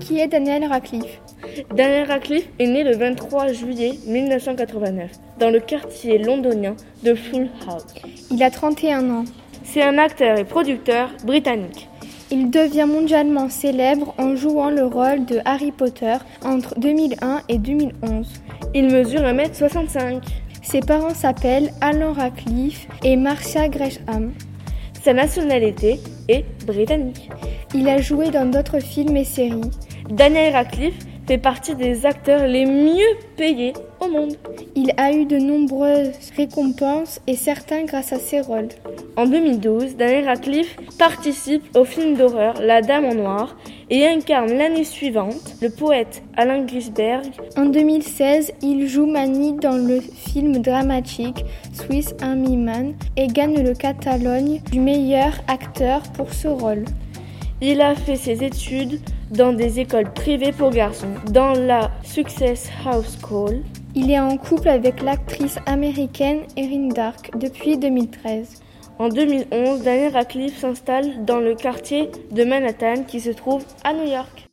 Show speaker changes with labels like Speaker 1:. Speaker 1: Qui est Daniel Radcliffe
Speaker 2: Daniel Radcliffe est né le 23 juillet 1989 dans le quartier londonien de Full House.
Speaker 1: Il a 31 ans.
Speaker 2: C'est un acteur et producteur britannique.
Speaker 1: Il devient mondialement célèbre en jouant le rôle de Harry Potter entre 2001 et 2011.
Speaker 2: Il mesure 1m65.
Speaker 1: Ses parents s'appellent Alan Radcliffe et Marcia Gresham.
Speaker 2: Sa nationalité est britannique.
Speaker 1: Il a joué dans d'autres films et séries.
Speaker 2: Daniel Radcliffe fait partie des acteurs les mieux payés au monde.
Speaker 1: Il a eu de nombreuses récompenses et certains grâce à ses rôles.
Speaker 2: En 2012, Daniel Radcliffe participe au film d'horreur La Dame en Noir et incarne l'année suivante le poète Alain Grisberg.
Speaker 1: En 2016, il joue Mani dans le film dramatique Swiss Army Man et gagne le Catalogne du meilleur acteur pour ce rôle.
Speaker 2: Il a fait ses études dans des écoles privées pour garçons, dans la Success House School.
Speaker 1: Il est en couple avec l'actrice américaine Erin Dark depuis 2013.
Speaker 2: En 2011, Daniel Radcliffe s'installe dans le quartier de Manhattan qui se trouve à New York.